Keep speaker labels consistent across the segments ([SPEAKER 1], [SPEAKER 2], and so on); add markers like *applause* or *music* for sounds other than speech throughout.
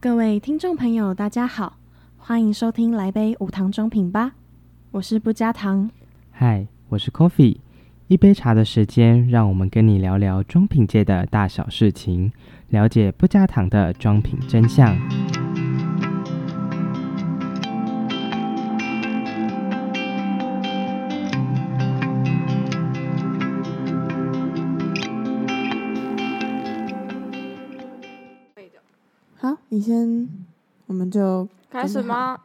[SPEAKER 1] 各位听众朋友，大家好，欢迎收听《来杯无糖中品吧》，我是不加糖。
[SPEAKER 2] 嗨，我是 Coffee，一杯茶的时间，让我们跟你聊聊装品界的大小事情，了解不加糖的装品真相。
[SPEAKER 3] 好，你先，我们就
[SPEAKER 4] 开始吗？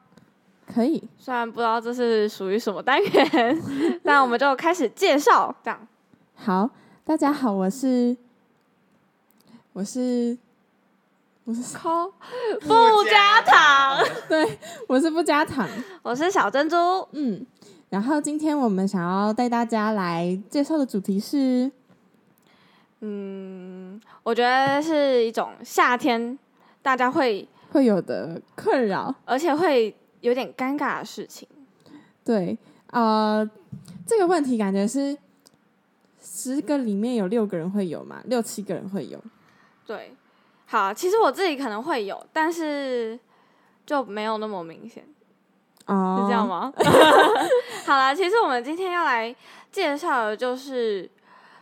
[SPEAKER 3] 可以。
[SPEAKER 4] 虽然不知道这是属于什么单元， *laughs* 但我们就开始介绍。这样，
[SPEAKER 3] 好，大家好，我是我是我是
[SPEAKER 4] 抠不加糖，
[SPEAKER 3] 对，我是不加糖。
[SPEAKER 4] 我是小珍珠。
[SPEAKER 3] 嗯，然后今天我们想要带大家来介绍的主题是，
[SPEAKER 4] 嗯，我觉得是一种夏天大家会，
[SPEAKER 3] 会有的困扰。
[SPEAKER 4] 而且会有点尴尬的事情。
[SPEAKER 3] 对，呃，这个问题感觉是十个里面有六个人会有嘛，六七个人会有。
[SPEAKER 4] 对，好，其实我自己可能会有，但是就没有那么明显。
[SPEAKER 3] 哦
[SPEAKER 4] 是这样？
[SPEAKER 3] *laughs*
[SPEAKER 4] 吗？好啦，其实我们今天要来介绍的就是，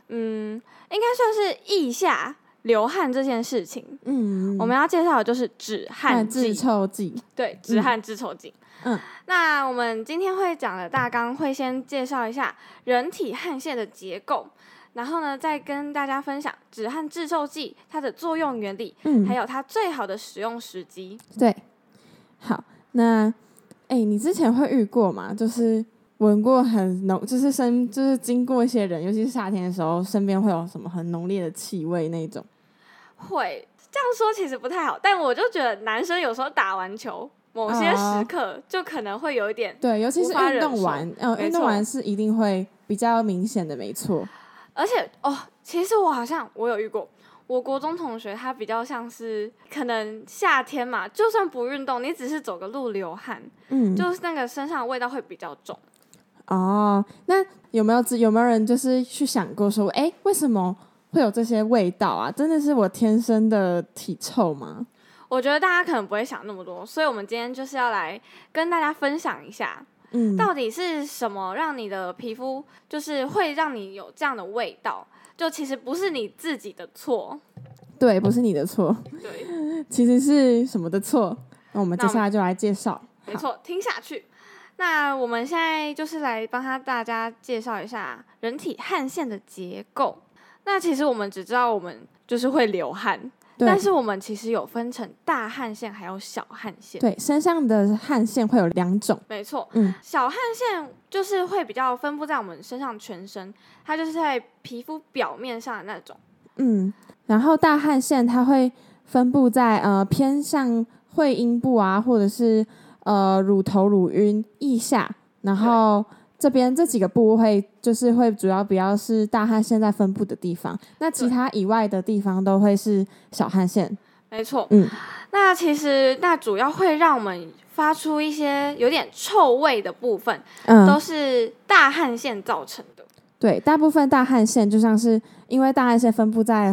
[SPEAKER 4] 嗯，应该算是腋下流汗这件事情。
[SPEAKER 3] 嗯，
[SPEAKER 4] 我们要介绍的就是止汗
[SPEAKER 3] 汗
[SPEAKER 4] 剂
[SPEAKER 3] 制，臭剂。
[SPEAKER 4] 对，止汗制臭剂。
[SPEAKER 3] 嗯，
[SPEAKER 4] 那我们今天会讲的大纲会先介绍一下人体汗腺的结构，然后呢，再跟大家分享止汗制臭剂它的作用原理，
[SPEAKER 3] 嗯，
[SPEAKER 4] 还有它最好的使用时机。
[SPEAKER 3] 对，好，那哎、你之前会遇过吗？就是闻过很浓，就是身，就是经过一些人，尤其是夏天的时候，身边会有什么很浓烈的气味那种。
[SPEAKER 4] 会这样说其实不太好，但我就觉得男生有时候打完球，某些
[SPEAKER 3] 哦
[SPEAKER 4] 时刻就可能会有一点，
[SPEAKER 3] 对，尤其是
[SPEAKER 4] 无法
[SPEAKER 3] 运
[SPEAKER 4] 忍
[SPEAKER 3] 动
[SPEAKER 4] 受
[SPEAKER 3] 完，呃，
[SPEAKER 4] 没
[SPEAKER 3] 运动
[SPEAKER 4] 错
[SPEAKER 3] 完是一定会比较明显的，没错。
[SPEAKER 4] 而且哦，其实我好像我有遇过，我国中同学他比较像是可能夏天嘛，就算不运动，你只是走个路流汗，
[SPEAKER 3] 嗯，
[SPEAKER 4] 就是那个身上的味道会比较重。
[SPEAKER 3] 哦，那有没有知有没有人就是去想过说，哎、为什么会有这些味道啊？真的是我天生的体臭吗？
[SPEAKER 4] 我觉得大家可能不会想那么多，所以我们今天就是要来跟大家分享一下，
[SPEAKER 3] 嗯，
[SPEAKER 4] 到底是什么让你的皮肤就是会让你有这样的味道？就其实不是你自己的错，
[SPEAKER 3] 对，不是你的错，
[SPEAKER 4] 对。
[SPEAKER 3] 其实是什么的错？那我们
[SPEAKER 4] 那
[SPEAKER 3] 接
[SPEAKER 4] 我们
[SPEAKER 3] 下来就来介绍。
[SPEAKER 4] 没
[SPEAKER 3] 好，
[SPEAKER 4] 错，听下去。那我们现在就是来帮他大家介绍一下人体汗腺的结构。那其实我们只知道我们就是会流汗，
[SPEAKER 3] 对
[SPEAKER 4] 但是我们其实有分成大汗腺还有小汗腺。
[SPEAKER 3] 对，身上的汗腺会有两种，
[SPEAKER 4] 没错，
[SPEAKER 3] 嗯，
[SPEAKER 4] 小汗腺就是会比较分布在我们身上全身，它就是在皮肤表面上的那种。
[SPEAKER 3] 嗯，然后大汗腺它会分布在呃偏向会阴部啊，或者是呃乳头、乳晕、腋下，然后这边这几个部位就是会主要比较是大汗腺在分布的地方，那其
[SPEAKER 4] 对
[SPEAKER 3] 他以外的地方都会是小汗腺，
[SPEAKER 4] 没错，
[SPEAKER 3] 嗯，
[SPEAKER 4] 那其实那主要会让我们发出一些有点臭味的部分，都
[SPEAKER 3] 嗯，
[SPEAKER 4] 是大汗腺造成的。
[SPEAKER 3] 对，大部分大汗腺就像是因为大汗腺分布在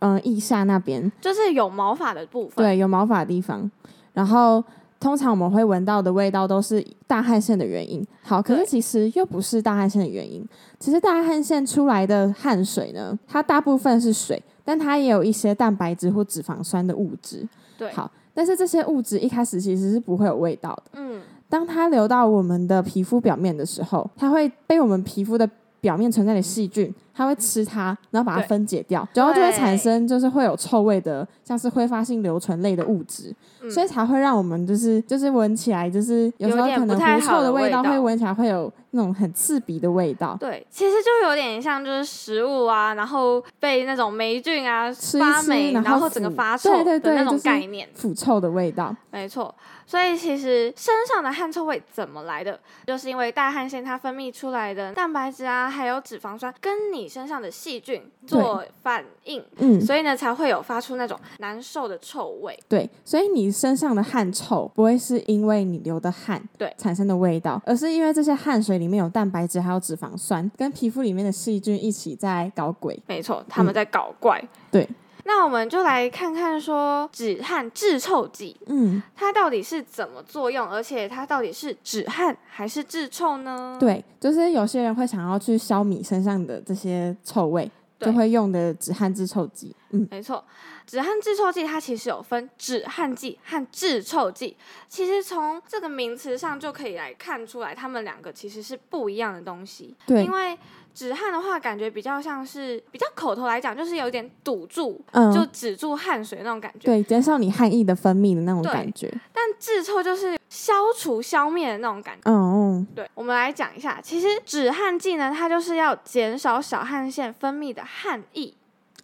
[SPEAKER 3] 嗯、呃腋下那边，
[SPEAKER 4] 就是有毛发的部分。
[SPEAKER 3] 对，有毛发的地方。然后通常我们会闻到的味道都是大汗腺的原因。好，可是
[SPEAKER 4] 对
[SPEAKER 3] 其实又不是大汗腺的原因。其实大汗腺出来的汗水呢，它大部分是水，但它也有一些蛋白质或脂肪酸的物质。
[SPEAKER 4] 对
[SPEAKER 3] 好，但是这些物质一开始其实是不会有味道的。
[SPEAKER 4] 嗯，
[SPEAKER 3] 当它流到我们的皮肤表面的时候，它会被我们皮肤的表面存在的细菌，它会吃它，然后把它
[SPEAKER 4] 对
[SPEAKER 3] 分解掉，然后就会
[SPEAKER 4] 对
[SPEAKER 3] 产生就是会有臭味的，像是挥发性硫醇类的物质，
[SPEAKER 4] 嗯
[SPEAKER 3] 所以才会让我们就是就是闻起来就是有时候
[SPEAKER 4] 有点
[SPEAKER 3] 可能
[SPEAKER 4] 不太
[SPEAKER 3] 狐臭
[SPEAKER 4] 好的
[SPEAKER 3] 味道
[SPEAKER 4] 味道
[SPEAKER 3] 会闻起来会有那种很刺鼻的味道，
[SPEAKER 4] 对，其实就有点像就是食物啊，然后被那种霉菌啊
[SPEAKER 3] 吃一
[SPEAKER 4] 发
[SPEAKER 3] 吃
[SPEAKER 4] 霉，
[SPEAKER 3] 然
[SPEAKER 4] 然
[SPEAKER 3] 后
[SPEAKER 4] 整个
[SPEAKER 3] 腐
[SPEAKER 4] 发
[SPEAKER 3] 对
[SPEAKER 4] 臭
[SPEAKER 3] 对
[SPEAKER 4] 的
[SPEAKER 3] 对
[SPEAKER 4] 那
[SPEAKER 3] 就
[SPEAKER 4] 种
[SPEAKER 3] 是
[SPEAKER 4] 概念。
[SPEAKER 3] 腐臭的味道。
[SPEAKER 4] 没错，所以其实身上的汗臭味怎么来的，就是因为大汗腺它分泌出来的蛋白质啊，还有脂肪酸跟你身上的细菌做反应。
[SPEAKER 3] 嗯，
[SPEAKER 4] 所以呢，才会有发出那种难受的臭味。
[SPEAKER 3] 对，所以你身上的汗臭不会是因为你流的汗
[SPEAKER 4] 对
[SPEAKER 3] 产生的味道，而是因为这些汗水里面有蛋白质还有脂肪酸，跟皮肤里面的细菌一起在搞鬼。
[SPEAKER 4] 没错，他们在搞怪。
[SPEAKER 3] 对，
[SPEAKER 4] 那我们就来看看说止汗治臭剂
[SPEAKER 3] 嗯，
[SPEAKER 4] 它到底是怎么作用，而且它到底是止汗还是治臭呢？，
[SPEAKER 3] 对，就是有些人会想要去消弭身上的这些臭味，
[SPEAKER 4] 对
[SPEAKER 3] 就会用的止汗制臭剂。嗯，
[SPEAKER 4] 没错，止汗治臭剂它其实有分止汗剂和治臭剂。其实从这个名词上就可以来看出来，它们两个其实是不一样的东西。
[SPEAKER 3] 对
[SPEAKER 4] 因，为止汗的话，感觉比较像是比较口头来讲，就是有点堵住，
[SPEAKER 3] 嗯，
[SPEAKER 4] 就止住汗水那种感觉。
[SPEAKER 3] 对，减少你汗液的分泌的那种
[SPEAKER 4] 对
[SPEAKER 3] 感觉。
[SPEAKER 4] 但治臭就是消除、消灭的那种感觉。
[SPEAKER 3] 嗯嗯，
[SPEAKER 4] 对，我们来讲一下，其实止汗剂呢，它就是要减少小汗腺分泌的汗液。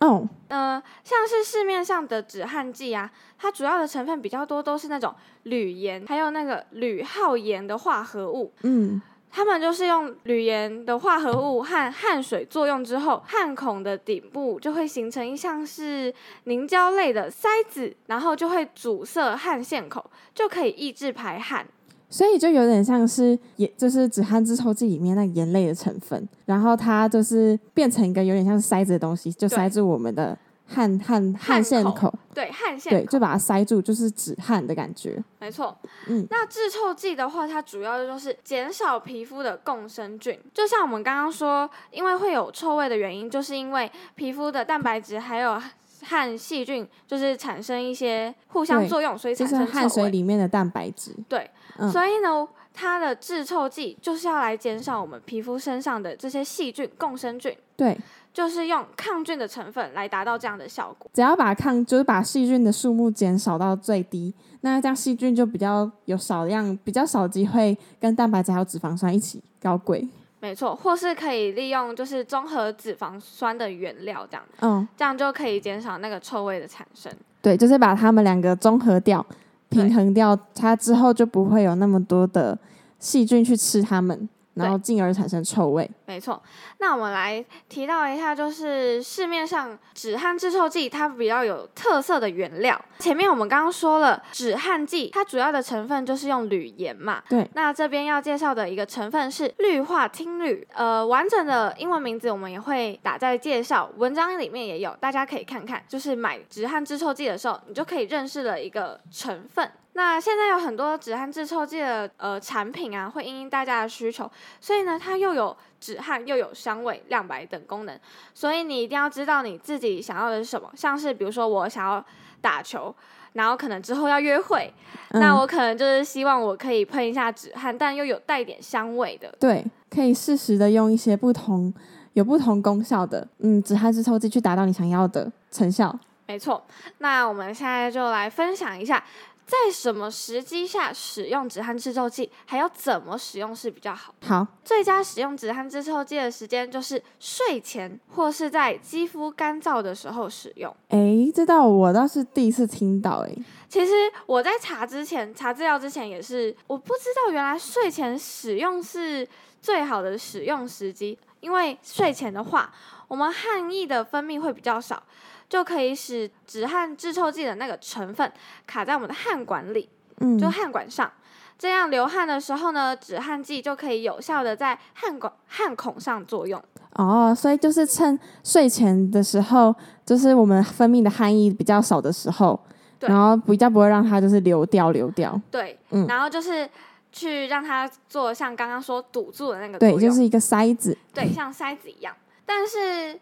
[SPEAKER 3] 哦，
[SPEAKER 4] 嗯、像是市面上的止汗剂啊，它主要的成分比较多都是那种铝盐，还有那个铝耗盐的化合物。 *laughs*
[SPEAKER 3] 嗯，
[SPEAKER 4] 它们就是用铝盐的化合物和汗水作用之后，汗孔的顶部就会形成像是凝胶类的塞子，然后就会阻塞汗腺口，就可以抑制排汗。
[SPEAKER 3] 所以就有点像是盐，就是止汗制臭剂里面那个盐类的成分，然后它就是变成一个有点像是塞子的东西，就
[SPEAKER 4] 对
[SPEAKER 3] 塞住我们的汗汗汗腺
[SPEAKER 4] 嗯口
[SPEAKER 3] 口，
[SPEAKER 4] 对，汗腺
[SPEAKER 3] 对，
[SPEAKER 4] 口
[SPEAKER 3] 就把它塞住，就是止汗的感觉。
[SPEAKER 4] 没错，
[SPEAKER 3] 嗯
[SPEAKER 4] 那治臭剂的话，它主要就是减少皮肤的共生菌。就像我们刚刚说，因为会有臭味的原因，就是因为皮肤的蛋白质还有和细菌就是产生一些互相
[SPEAKER 3] 对
[SPEAKER 4] 作用，所以
[SPEAKER 3] 就
[SPEAKER 4] 产
[SPEAKER 3] 是
[SPEAKER 4] 生
[SPEAKER 3] 汗
[SPEAKER 4] 臭
[SPEAKER 3] 水
[SPEAKER 4] 味。
[SPEAKER 3] 里面的蛋白质。
[SPEAKER 4] 对，
[SPEAKER 3] 嗯
[SPEAKER 4] 所以呢，它的治臭剂就是要来减少我们皮肤身上的这些细菌共生菌，
[SPEAKER 3] 对，
[SPEAKER 4] 就是用抗菌的成分来达到这样的效果。
[SPEAKER 3] 只要把抗，就是把细菌的数目减少到最低，那这样细菌就比较有少量，比较少机会跟蛋白质还有脂肪酸一起高贵。
[SPEAKER 4] 没错，或是可以利用就是综合脂肪酸的原料这样。
[SPEAKER 3] 嗯，
[SPEAKER 4] 这样就可以减少那个臭味的产生。
[SPEAKER 3] 对，就是把它们两个综合掉，平衡掉，它之后就不会有那么多的细菌去吃它们，然后进而产生臭味。
[SPEAKER 4] 没错，那我们来提到一下，就是市面上止汗制臭剂它比较有特色的原料。前面我们刚刚说了，止汗剂它主要的成分就是用铝盐嘛。
[SPEAKER 3] 对
[SPEAKER 4] 那这边要介绍的一个成分是氯化听铝，呃，完整的英文名字我们也会打在介绍文章里面也有，大家可以看看。就是买止汗制臭剂的时候，你就可以认识了一个成分。那现在有很多止汗制臭剂的呃产品啊，会因应大家的需求，所以呢，它又有止汗，又有香味、亮白等功能。所以你一定要知道你自己想要的是什么，像是比如说我想要打球，然后可能之后要约会，
[SPEAKER 3] 嗯、
[SPEAKER 4] 那我可能就是希望我可以喷一下止汗，但又有带一点香味的。
[SPEAKER 3] 对可以适时的用一些不同有不同功效的嗯止汗制臭剂去达到你想要的成效。
[SPEAKER 4] 没错，那我们现在就来分享一下，在什么时机下使用止汗制臭剂，还要怎么使用是比较好。
[SPEAKER 3] 好，
[SPEAKER 4] 最佳使用止汗制臭剂的时间就是睡前或是在肌肤干燥的时候使用。
[SPEAKER 3] 诶，这道我倒是第一次听到、诶，
[SPEAKER 4] 其实我在查之前，查资料之前也是，我不知道原来睡前使用是最好的使用时机，因为睡前的话，我们汗液的分泌会比较少，就可以使止汗制臭剂的那个成分卡在我们的汗管里，
[SPEAKER 3] 嗯，
[SPEAKER 4] 就汗管上。这样流汗的时候呢，止汗剂就可以有效的在汗管汗孔上作用。
[SPEAKER 3] 哦，所以就是趁睡前的时候，就是我们分泌的汗液比较少的时候，
[SPEAKER 4] 对
[SPEAKER 3] 然后比较不会让它就是流掉流掉。
[SPEAKER 4] 对，
[SPEAKER 3] 嗯
[SPEAKER 4] 然后就是去让它做像刚刚说堵住的那个作
[SPEAKER 3] 对，
[SPEAKER 4] 用，
[SPEAKER 3] 就是一个塞子。
[SPEAKER 4] 对，像筛子一样。但是，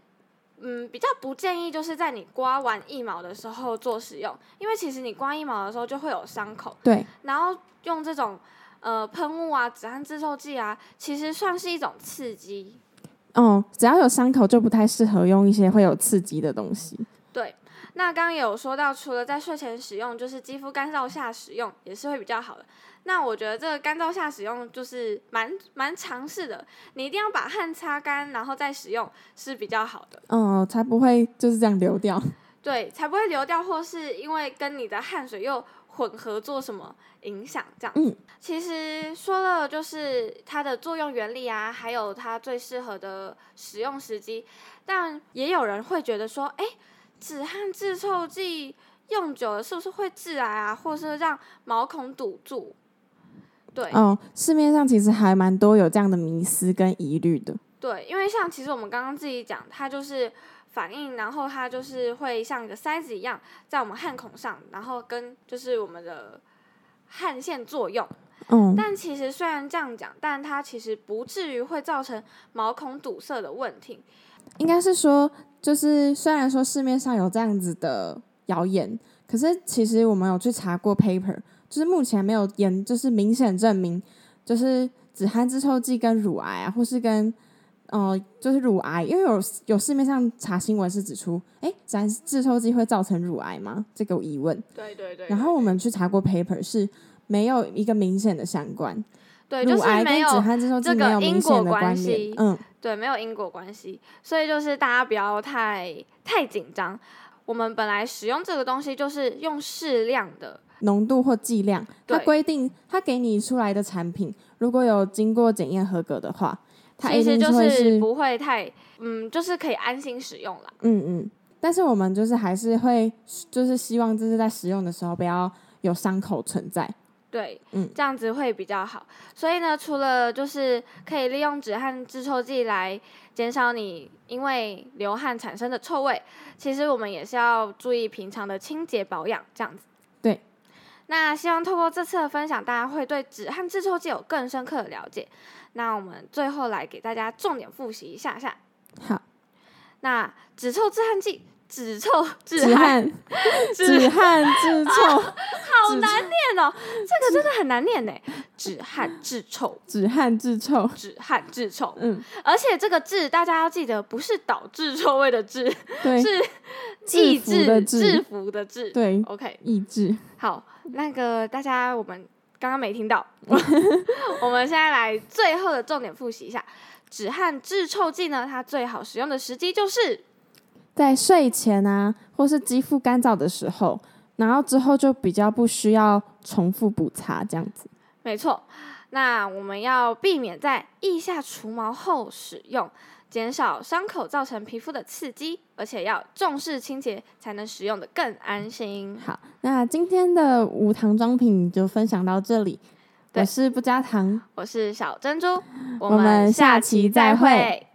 [SPEAKER 4] 嗯，比较不建议就是在你刮完腋毛的时候做使用，因为其实你刮腋毛的时候就会有伤口，
[SPEAKER 3] 对，
[SPEAKER 4] 然后用这种呃喷雾啊、止汗制臭剂啊，其实算是一种刺激。
[SPEAKER 3] 哦，只要有伤口就不太适合用一些会有刺激的东西。
[SPEAKER 4] 对，那刚刚也有说到，除了在睡前使用，就是肌肤干燥下使用也是会比较好的。那我觉得这个干燥下使用就是蛮蛮尝试的，你一定要把汗擦干，然后再使用是比较好的。
[SPEAKER 3] 哦，才不会就是这样流掉。
[SPEAKER 4] 对，才不会流掉，或是因为跟你的汗水又混合做什么影响这样。
[SPEAKER 3] 嗯，
[SPEAKER 4] 其实说了就是它的作用原理啊，还有它最适合的使用时机，但也有人会觉得说，哎，止汗制臭剂用久了是不是会致癌啊，或是让毛孔堵住？对、
[SPEAKER 3] 哦，市面上其实还蛮多有这样的迷思跟疑虑的。
[SPEAKER 4] 对，因为像其实我们刚刚自己讲，它就是反应，然后它就是会像一个塞子一样，在我们汗孔上，然后跟就是我们的汗腺作用。
[SPEAKER 3] 嗯，
[SPEAKER 4] 但其实虽然这样讲，但它其实不至于会造成毛孔堵塞的问题。
[SPEAKER 3] 应该是说，就是虽然说市面上有这样子的谣言，可是其实我们有去查过 paper，就是目前没有研，就是明显证明，就是止鼾致臭剂跟乳癌啊，或是跟呃，就是乳癌，因为有有市面上查新闻是指出，哎、止鼾致臭剂会造成乳癌吗？这个有疑问。
[SPEAKER 4] 对对对
[SPEAKER 3] 然后我们去查过 paper 是没有一个明显的相关，
[SPEAKER 4] 对，就
[SPEAKER 3] 乳癌
[SPEAKER 4] 是
[SPEAKER 3] 跟
[SPEAKER 4] 没有
[SPEAKER 3] 止鼾致臭剂
[SPEAKER 4] 这个
[SPEAKER 3] 没有明
[SPEAKER 4] 因果
[SPEAKER 3] 显的
[SPEAKER 4] 关
[SPEAKER 3] 关
[SPEAKER 4] 系
[SPEAKER 3] 联。嗯，
[SPEAKER 4] 对，没有因果关系，所以就是大家不要太太紧张。我们本来使用这个东西就是用适量的，
[SPEAKER 3] 浓度或剂量，它
[SPEAKER 4] 对
[SPEAKER 3] 规定它给你出来的产品，如果有经过检验合格的话，它
[SPEAKER 4] 其
[SPEAKER 3] 一
[SPEAKER 4] 实
[SPEAKER 3] 定
[SPEAKER 4] 就
[SPEAKER 3] 会是
[SPEAKER 4] 不会太，嗯，就是可以安心使用啦。
[SPEAKER 3] 嗯嗯。但是我们就是还是会，就是希望就是在使用的时候不要有伤口存在。
[SPEAKER 4] 对，
[SPEAKER 3] 嗯
[SPEAKER 4] 这样子会比较好。所以呢，除了就是可以利用止汗致臭剂来减少你因为流汗产生的臭味，其实我们也是要注意平常的清洁保养，这样子。
[SPEAKER 3] 对。
[SPEAKER 4] 那希望透过这次的分享，大家会对止汗致臭剂有更深刻的了解。那我们最后来给大家重点复习一下下。
[SPEAKER 3] 好，
[SPEAKER 4] 那止臭致汗剂，止臭致
[SPEAKER 3] 止
[SPEAKER 4] 汗，
[SPEAKER 3] 汗、
[SPEAKER 4] *laughs*
[SPEAKER 3] 止汗、致臭、
[SPEAKER 4] 好
[SPEAKER 3] 止
[SPEAKER 4] 难念
[SPEAKER 3] *laughs*
[SPEAKER 4] 哦，这个真的很难念呢。止汗致臭，
[SPEAKER 3] 止汗、致臭。
[SPEAKER 4] 止汗致臭，
[SPEAKER 3] 嗯，
[SPEAKER 4] 而且这个治大家要记得，不是导致 *laughs* 臭味的治，
[SPEAKER 3] 对
[SPEAKER 4] 是抑
[SPEAKER 3] 哎制服的
[SPEAKER 4] 制
[SPEAKER 3] 制
[SPEAKER 4] 制服的治。
[SPEAKER 3] 对，
[SPEAKER 4] ，OK，
[SPEAKER 3] 抑制。
[SPEAKER 4] 好，那个大家我们刚刚没听
[SPEAKER 3] *laughs*
[SPEAKER 4] 到，我们现在来最后的重点复习一下。止汗治臭剂呢，它最好使用的时机就是
[SPEAKER 3] 在睡前啊，或是肌肤干燥的时候，然后之后就比较不需要重复补擦这样子。
[SPEAKER 4] 没错。那我们要避免在腋下除毛后使用，减少伤口造成皮肤的刺激，而且要重视清洁，才能使用的更安心。
[SPEAKER 3] 好，那今天的无糖装品就分享到这里。
[SPEAKER 4] 对
[SPEAKER 3] 我是不加糖，
[SPEAKER 4] 我是小珍珠，我
[SPEAKER 3] 我们
[SPEAKER 4] 们
[SPEAKER 3] 下
[SPEAKER 4] 下
[SPEAKER 3] 期
[SPEAKER 4] 期
[SPEAKER 3] 再
[SPEAKER 4] 再
[SPEAKER 3] 会
[SPEAKER 4] 会。